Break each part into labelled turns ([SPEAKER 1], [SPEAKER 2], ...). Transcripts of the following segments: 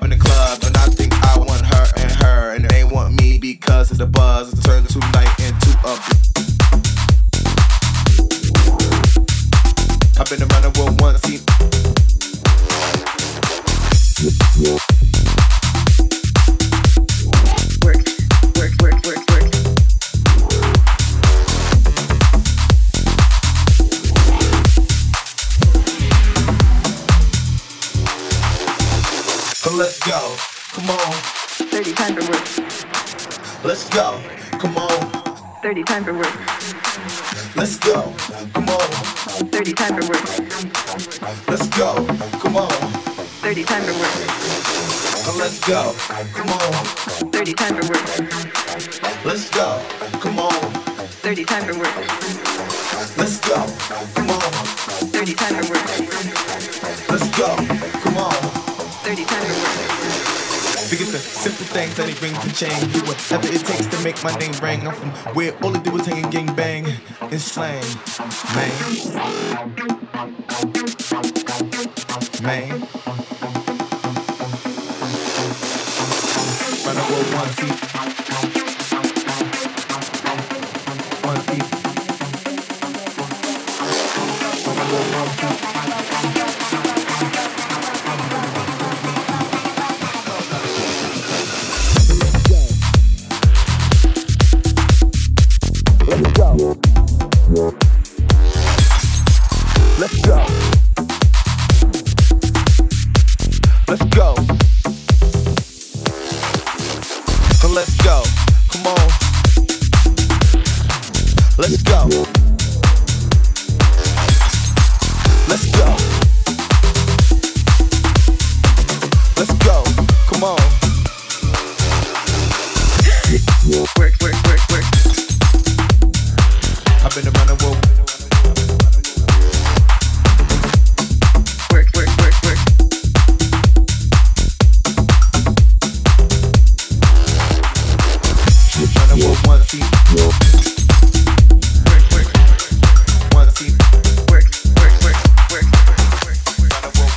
[SPEAKER 1] When I think I want her and her, and they want me because of the buzz. It's turned tonight into a. I've been around the world once, seen
[SPEAKER 2] work, work, work, work, work.
[SPEAKER 1] So let's go, come on,
[SPEAKER 2] 30 time for work,
[SPEAKER 1] let's go, come on,
[SPEAKER 2] 30 time for work,
[SPEAKER 1] let's go, come on,
[SPEAKER 2] 30 time for work,
[SPEAKER 1] let's go, come on,
[SPEAKER 2] 30 time for work,
[SPEAKER 1] so let's go, come on,
[SPEAKER 2] 30 time for work,
[SPEAKER 1] let's go, come on,
[SPEAKER 2] 30 time for work,
[SPEAKER 1] let's go, come on,
[SPEAKER 2] 30 time for work,
[SPEAKER 1] let's go, come on.
[SPEAKER 2] 30 time for work.
[SPEAKER 1] Forget the simple things that it brings to change. Do whatever it takes to make my name ring. I'm from where all they do is hang and gang bang and slang. Man. Man. Run up with one feet. One feet. Run up with one feet. Let's go. Let's go. Let's go. So let's go. Come on. Let's go. Let's go. Let's go. Come on.
[SPEAKER 2] work, work, work, work.
[SPEAKER 1] I've been around the world.
[SPEAKER 2] Work, work, work, work.
[SPEAKER 1] Around the world once. See,
[SPEAKER 2] Work, work,
[SPEAKER 1] once. See.
[SPEAKER 2] work, work, work, work, work, work.
[SPEAKER 1] Around the world.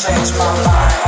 [SPEAKER 3] Change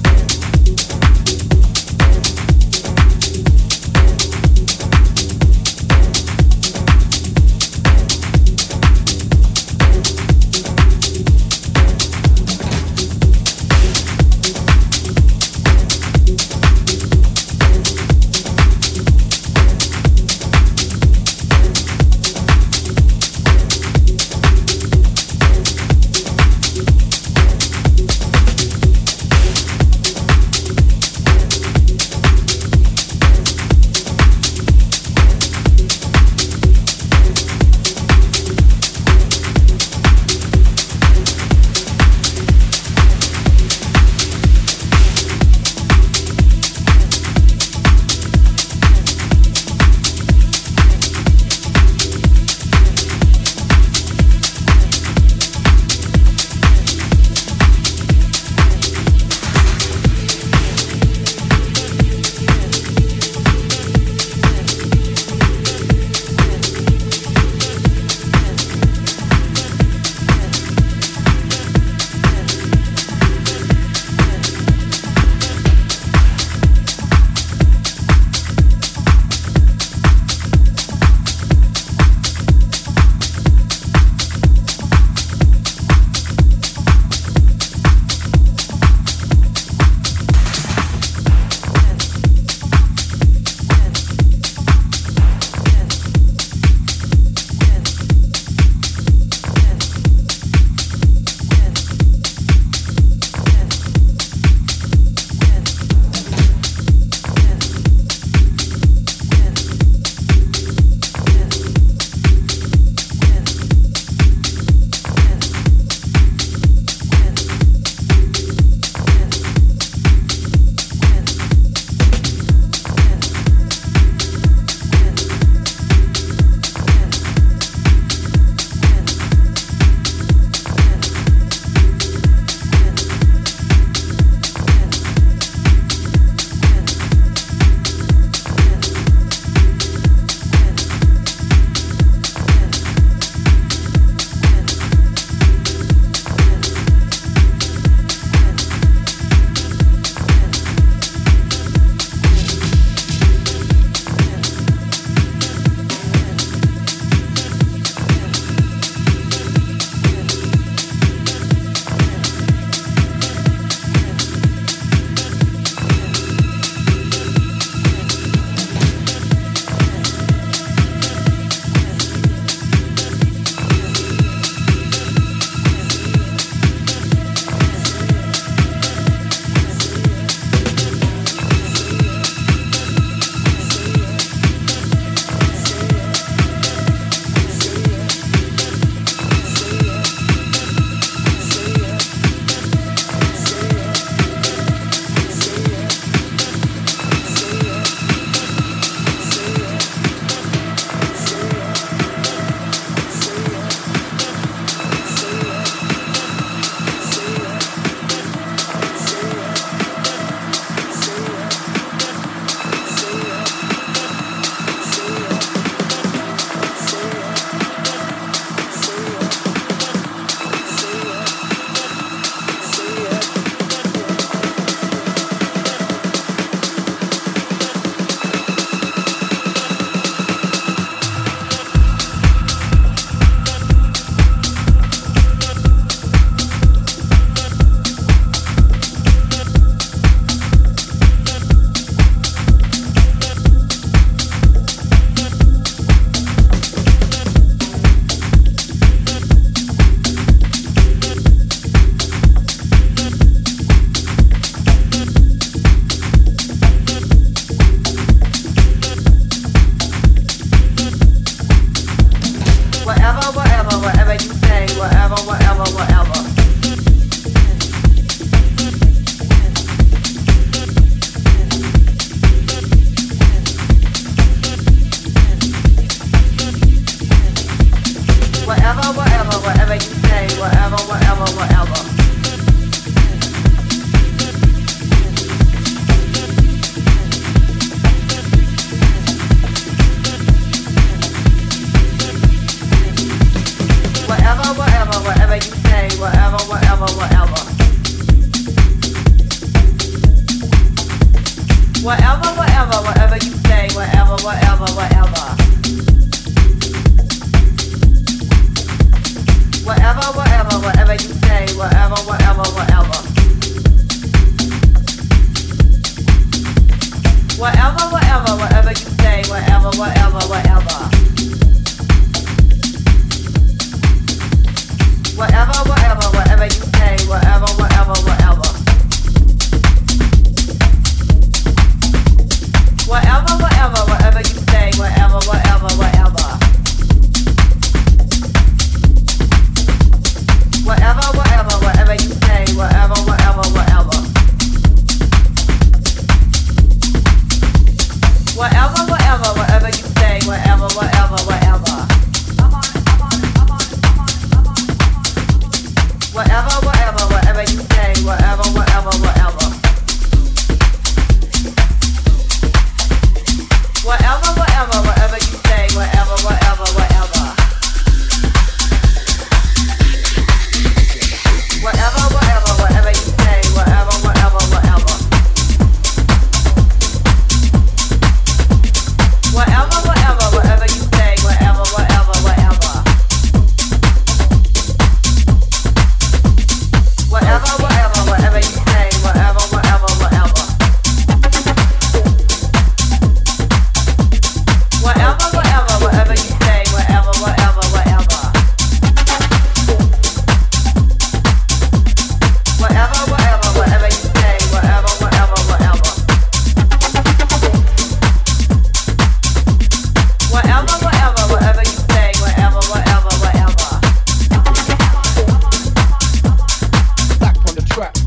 [SPEAKER 3] Thank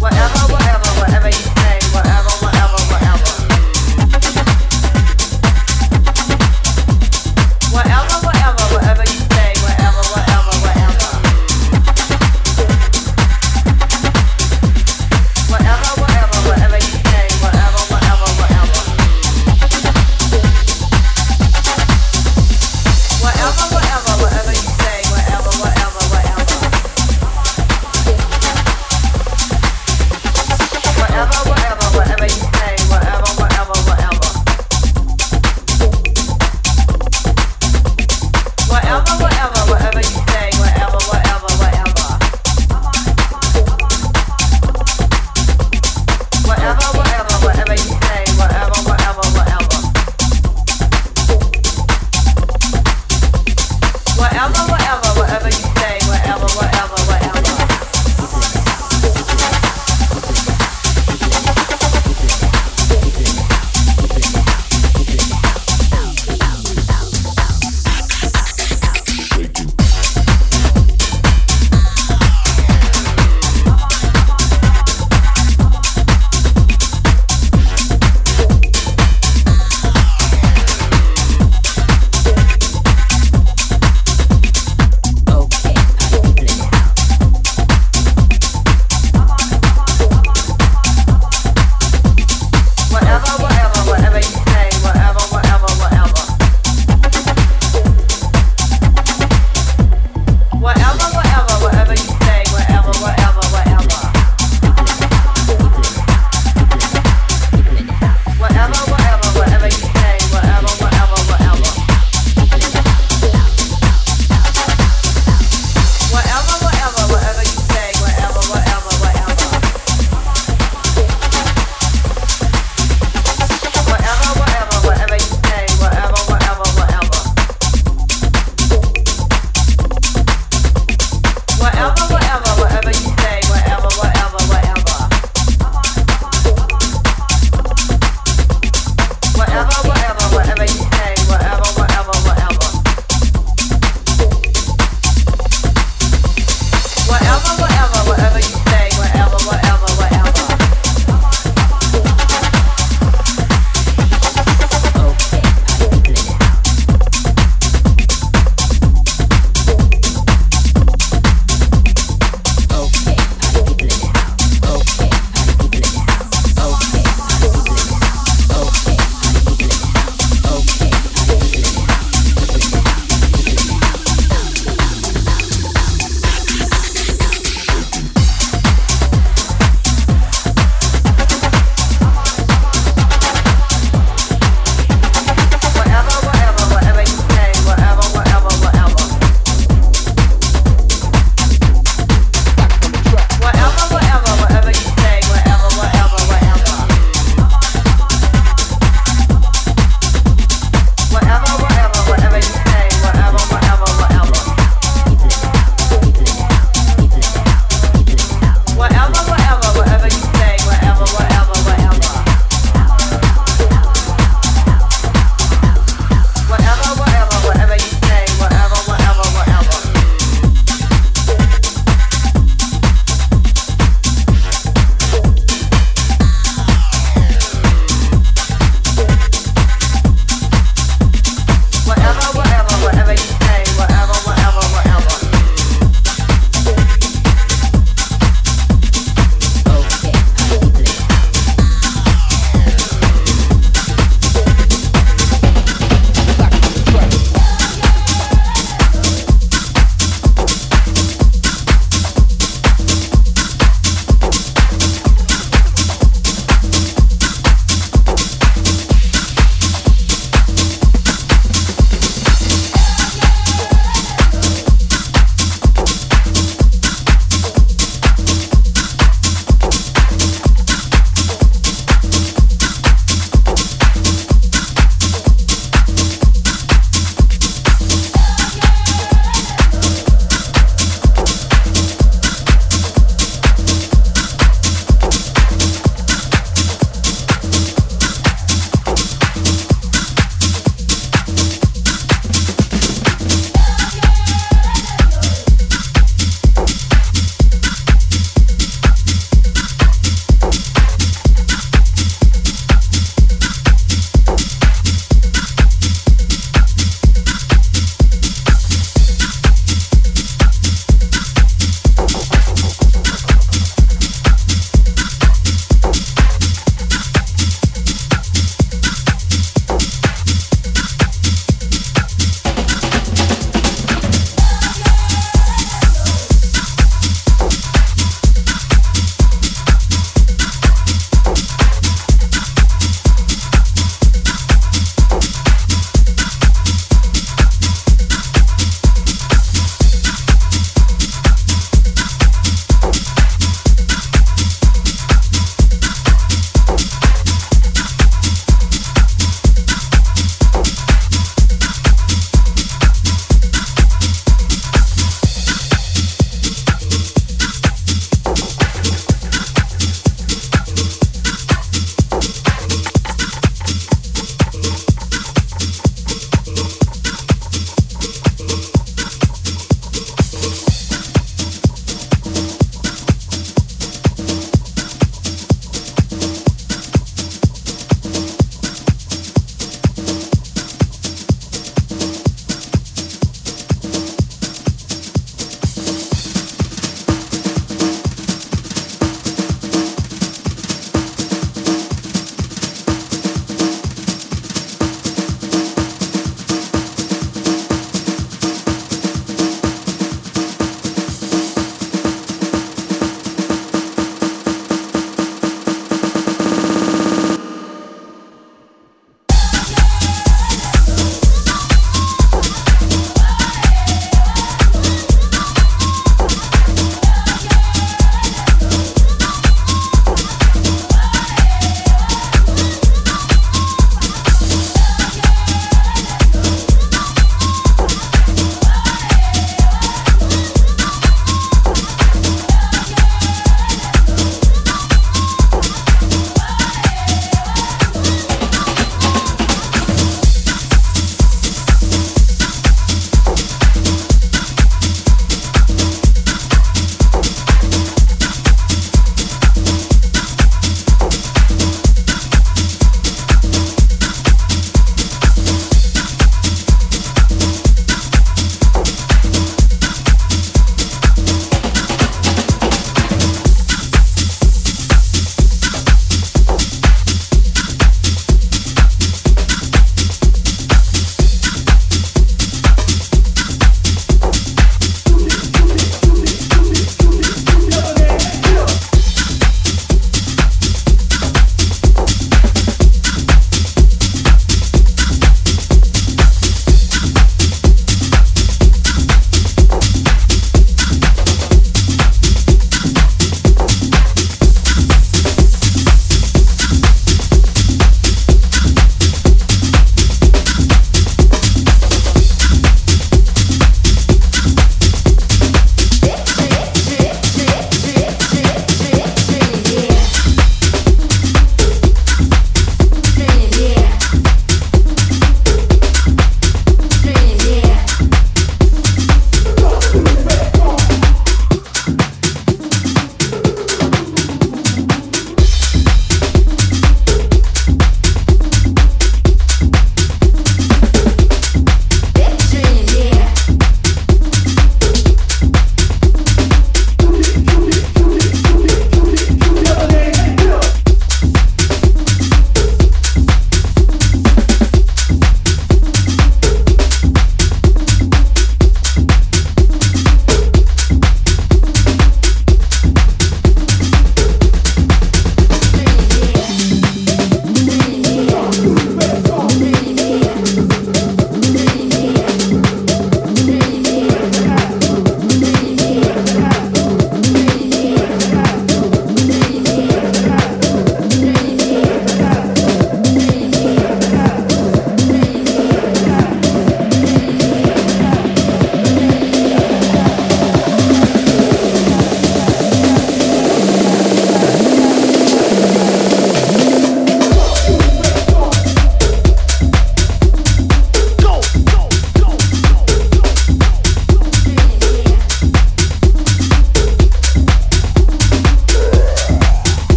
[SPEAKER 4] Whatever, whatever.